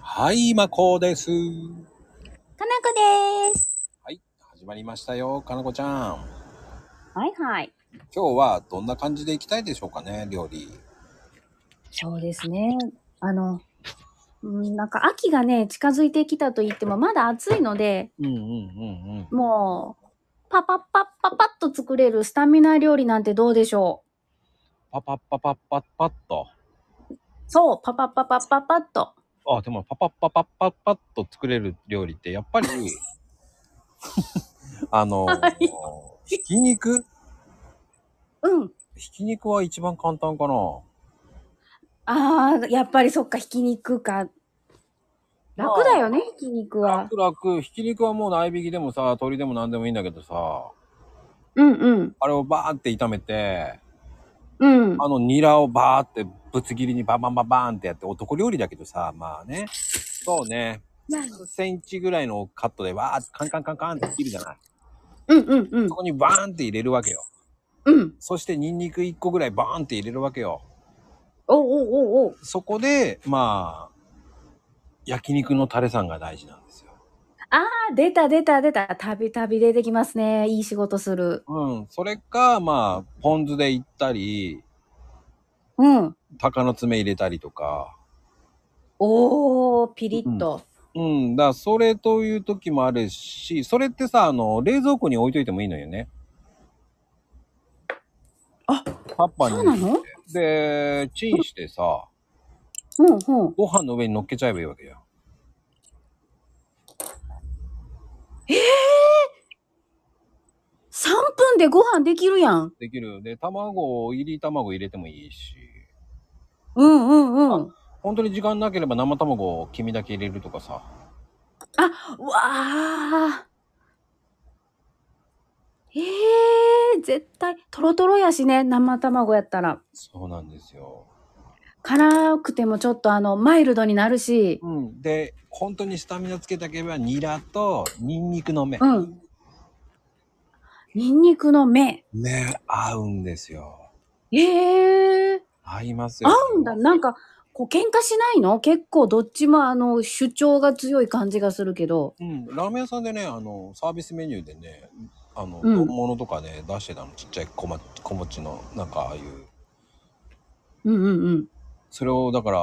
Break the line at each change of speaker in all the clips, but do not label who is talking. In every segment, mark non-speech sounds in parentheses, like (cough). はい、まこです。
かなこです。
始まりましたよ、かなこちゃん。
はいはい。
今日はどんな感じでいきたいでしょうかね、料理。
そうですね。あの、うんなんか秋がね、近づいてきたと言っても、まだ暑いので、
うんうんうんうん。
もう、パパッパッパッパッと作れるスタミナ料理なんてどうでしょ
パパッパパッパッパッと。
うそう、パパッパッパッパッパッと。
あ、でもパパッパパッパッパッと作れる料理って、やっ (laughs) ぱり、あの、ひき肉
うん。
ひき肉は一番簡単かな。
あー、やっぱりそっか、ひき肉か。楽だよね、ひき肉は。
楽々、ひき肉はもう合いびきでもさ、鶏でも何でもいいんだけどさ、
うんうん。
あれをバーって炒めて、
うん。
あのニラをバーってぶつ切りにバンバンバンバーンってやって男料理だけどさまあねそうね1センチぐらいのカットでわーってカンカンカンカンって切るじゃない
うんうんうん
そ。こにバーンって入れるわけよ
うん。
そしてニンニク1個ぐらいバーンって入れるわけよ
おうおうおうおう。
そこでまあ焼肉のタレさんが大事なんですよ
あ、出た出た出た。たびたび出てきますね。いい仕事する。
うんそれかまあポン酢でいったり
うん。
鷹の爪入れたりとか
おー、ピリッと。
うんだからそれという時もあるしそれってさあの冷蔵庫に置いといてもいいのよね
あ、
パッパ
そうな
に
の
でチンしてさ
うんうん。
ご飯の上に乗っけちゃえばいいわけよ
3分でご飯できるやん。
できるで卵を入り卵入れてもいいし
うんうんうん。
本当に時間なければ生卵を黄身だけ入れるとかさ
うわー。えー、絶対、とろとろやしね、生卵やったら。
そうなんですよ、
辛くてもちょっとあの、マイルドになるし。
うん、で本当にスタミナつけたければニラとニンニクの芽
うん。ニンニクの芽。
ね合うんですよ
えー。
合いますよ
合うんだ。なんか、こう、喧嘩しないの結構どっちもあの、主張が強い感じがするけど。
うん、ラーメン屋さんでねあのサービスメニューでねあの、
う
丼
ん
物とかね出してたのちっちゃい小,、ま、小餅のなんかああいう
うんうんうん。
それをだから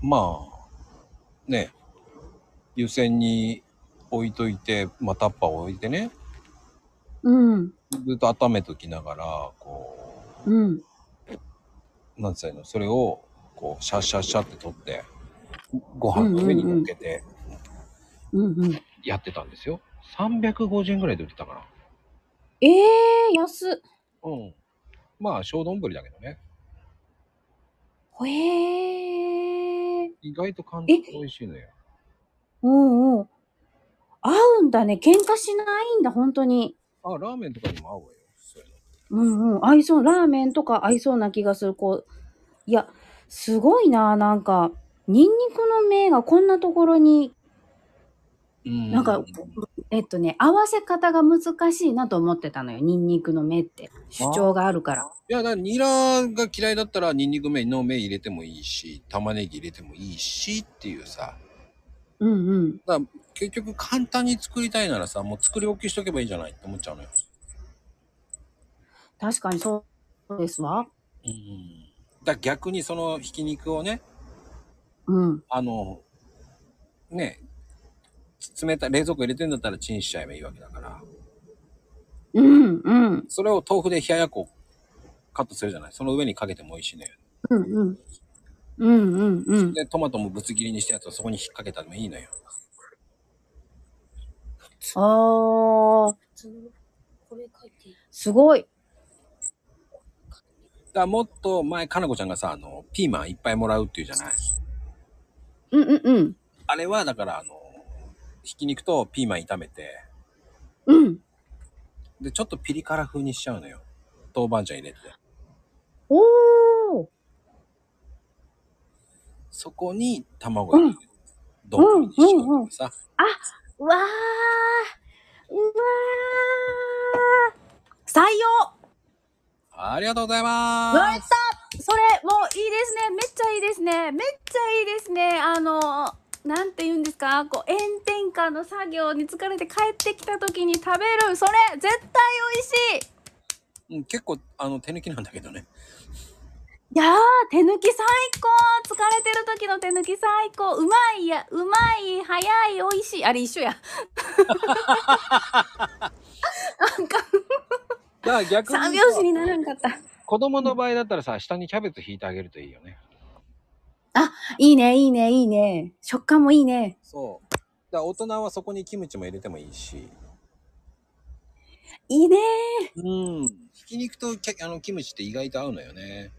まあね湯煎に置いといて、まあ、タッパーを置いてね
うん。
ずっと温めときながらこ
うん。
うなんつうのそれをこうシャッシャッシャッって取ってご飯の上に乗っけて
うんうん。
やってたんですよ、350円ぐらいで売ってたから
ええー、安っ。
うんまあ小丼だけどね
ほえー。
意外と簡単に美味しいのよ。
うんうん。合うんだね。喧嘩しないんだ、本当に。
あ、ラーメンとかにも合うわよ。そういうの
うんうん。合いそう。ラーメンとか合いそうな気がする。こう。いや、すごいな。なんか、ニンニクの芽がこんなところに、
うん
なんか、えっとね、合わせ方が難しいなと思ってたのよ。ニンニクの芽って。主張があるから。
いや、だからニラが嫌いだったら、ニンニク麺の麺入れてもいいし、玉ねぎ入れてもいいしっていうさ、
うんうん。
結局簡単に作りたいならさ、もう作り置きしとけばいいじゃないって思っちゃうのよ。
確かにそうですわ。
うん。だから逆にそのひき肉をね、
うん。
あの、ね、冷たい冷蔵庫入れてんだったらチンしちゃえばいいわけだから、
うんうん。
それを豆腐で冷ややっこカットするじゃないその上にかけても美味しいね。
うんうん。うんうんうん。
で、トマトもぶつ切りにしたやつをそこに引っ掛けたのもいいのよ。
ああ。すごい。
だからもっと前、かなこちゃんがさ、あの、ピーマンいっぱいもらうっていうじゃない
うんうんうん。
あれは、だから、あの、ひき肉とピーマン炒めて、
うん。
で、ちょっとピリ辛風にしちゃうのよ。豆板醤入れて。
おお。
そこに卵入れて、丼、にしようとかさ、
うわあ。うわあ。採用
ありがとうございます。
やったそれ、もういいですね。めっちゃいいですね。めっちゃいいですね。あのなんて言うんですかこう炎天下の作業に疲れて帰ってきた時に食べるそれ絶対美味しい
うん、結構、あの、手抜きなんだけどね。
いやー手抜き最高疲れてる時の手抜き最高うまいやうまい早い美味しいあれ一緒やなんか
だから逆
三
に
拍子
さ
にならんかった
子供の場合だったらさ、下にキャベツ引いてあげるといいよね。
いいねいいねいいね食感もいいね
そう。だから大人はそこにキムチも入れてもいいし。
いいね
うん。ひき肉とキャあのキムチって意外と合うのよね。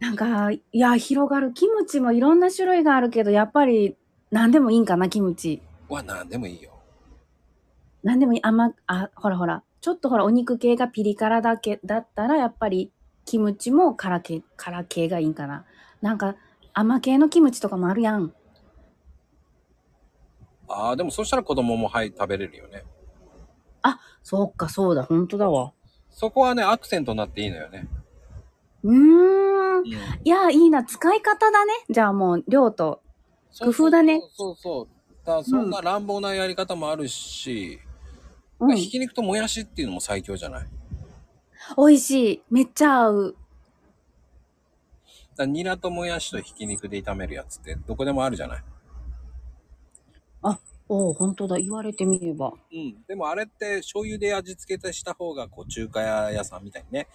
なんかいや広がるキムチもいろんな種類があるけどやっぱり何でもいいんかなキムチ
は、なんでもいいよ。
何でもいい甘あほらほらちょっとほらお肉系がピリ辛だけだったらやっぱりキムチも辛系辛系がいいんかななんか甘系のキムチとかもあるやん
ああ、でもそしたら子供もはい、食べれるよね。
そっかそうだ本当だわ
そこはね、アクセントになっていいのよね。
うーん
うん。
いやいいな使い方だねじゃあもう量と
そう
工夫だね。
そうそうそう。だからそんな乱暴なやり方もあるし、
うん
ひき肉ともやしっていうのも最強じゃない。だか
美味しいめっちゃ合う
らニラともやしとひき肉で炒めるやつってどこでもあるじゃない。
おお本当だ言われてみれば
うん。でもあれって醤油で味付けてした方が、こう、中華屋さんみたいにね、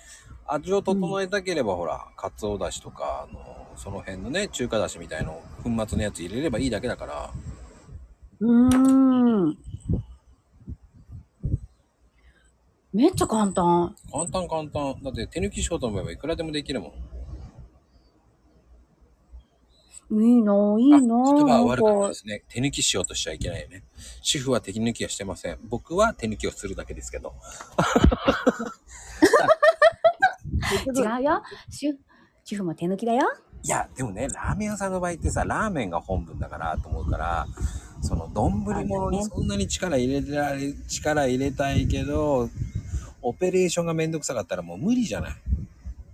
味を整えたければ、ほら、かつおだしとか、あの、その辺のね、中華だしみたいの、粉末のやつ入れればいいだけだから、
うーんめっちゃ簡単
簡単簡単。だって手抜きしようと思えばいくらでもできるもん。
いいなぁ、いい
あ
な
言
ぁ。
葉は悪かった
なん
で
か
すね。手抜きしようとしちゃいけないよね。主婦は手抜きはしてません。僕は手抜きをするだけですけど。
違うよ。主主婦も手抜きだよ。
いや、でもね、ラーメン屋さんの場合ってさ、ラーメンが本分だからと思うから、その丼物にそんなに力入れられ、力入れたいけど、オペレーションがめんどくさかったらもう無理じゃない。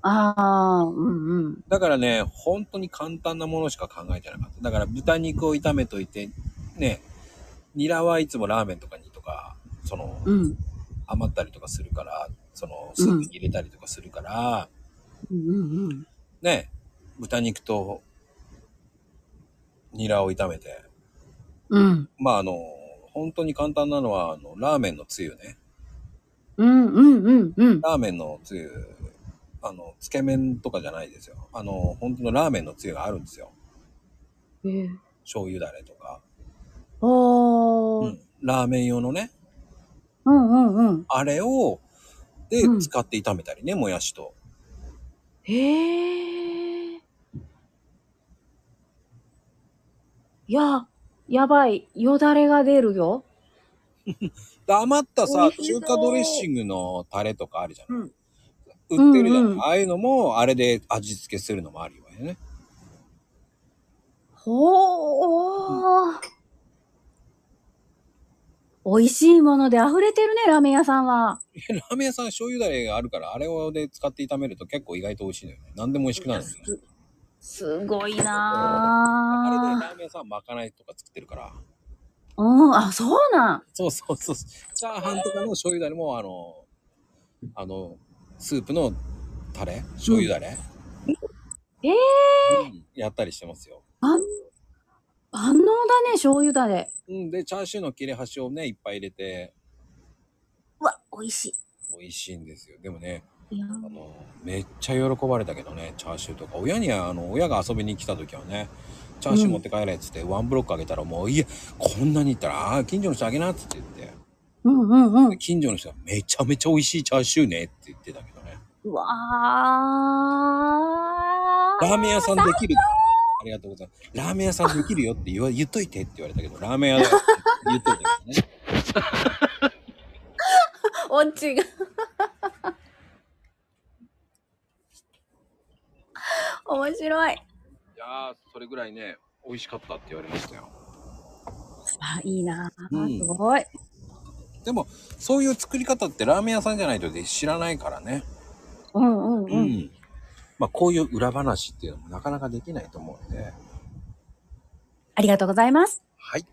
ああ、うんうん。
だからね、本当に簡単なものしか考えてなかった。だから豚肉を炒めといて、ね、ニラはいつもラーメンとかにとか、その、
うん。
余ったりとかするから、その、スープに入れたりとかするから、
うんうんうん。
ね、豚肉とニラを炒めて、
うん。
まああの、本当に簡単なのは、あの、ラーメンのつゆね。
うんうんうんうん。
ラーメンのつゆ、あの、つけ麺とかじゃないですよ。あの、本当のラーメンのつゆがあるんですよ。
えー、
醤油だれとか。
お
う
ー。
ん。ラーメン用のね、
うんうんうん。
あれを、で
う、ん
使って炒めたりね、もやしと。
へえ。いや、やばい。よだれが出るよ。
で、余った
美
さ、
味しそ
中
う
華ドレッシングのタレとかあるじゃない、
ん
売ってるじゃない、
うんうん
ああいうのも、あれで味付けするのもあるよね。
ほー。美味しいもので溢れてるね、ラーメン屋さんは。
ラーメン屋さん醤油だれがあるから、あれをで使って炒めると結構意外と美味しいのよね。何でも美味しくなるんですよね。
すごい
あれで
な
ラーメン屋さんはまかないとか作ってるから。
ぁ。うん、あ、そうなん。
そうそうそう。チャーハンとかの醤油だれも、あの、あの、スープのタレ醤油だれ、
ええ
うんやったりしてますよ。
万能だね、醤油だれ。
うん。で、チャーシューの切れ端をね、いっぱい入れて、
うわ、美味し
美味しいんですよ。でもね、
い。いや
あの、めっちゃ喜ばれたけどね、チャーシューとか。親には、あの、親が遊びに来た時はね、チャーシュー持って帰れっつって、ワンブロックあげたら、もう、いや、こんなにいったら、ああー、近所の人あげなっつって言って、
うんうんうん。
近所の人が、めちゃめちゃ美味しいチャーシューねって言ってたけどね。
うわ
ラ
ー。
ーメン屋さんできる。ありがとうございます。ラーメン屋さんできるよって言わ言っといてって言われたけど、ラーメン屋だよ (laughs) って言っといたけどね。
オチが。面白い。
いやー、それぐらいね、美味しかったって言われましたよ。
あ、いいなぁ、
うん
すごい。
でも、そういう作り方ってラーメン屋さんじゃないとで知らないからね。
うんうんうん。
まあ、こういう裏話っていうのもなかなかできないと思うんで、
ありがとうございます。
はい。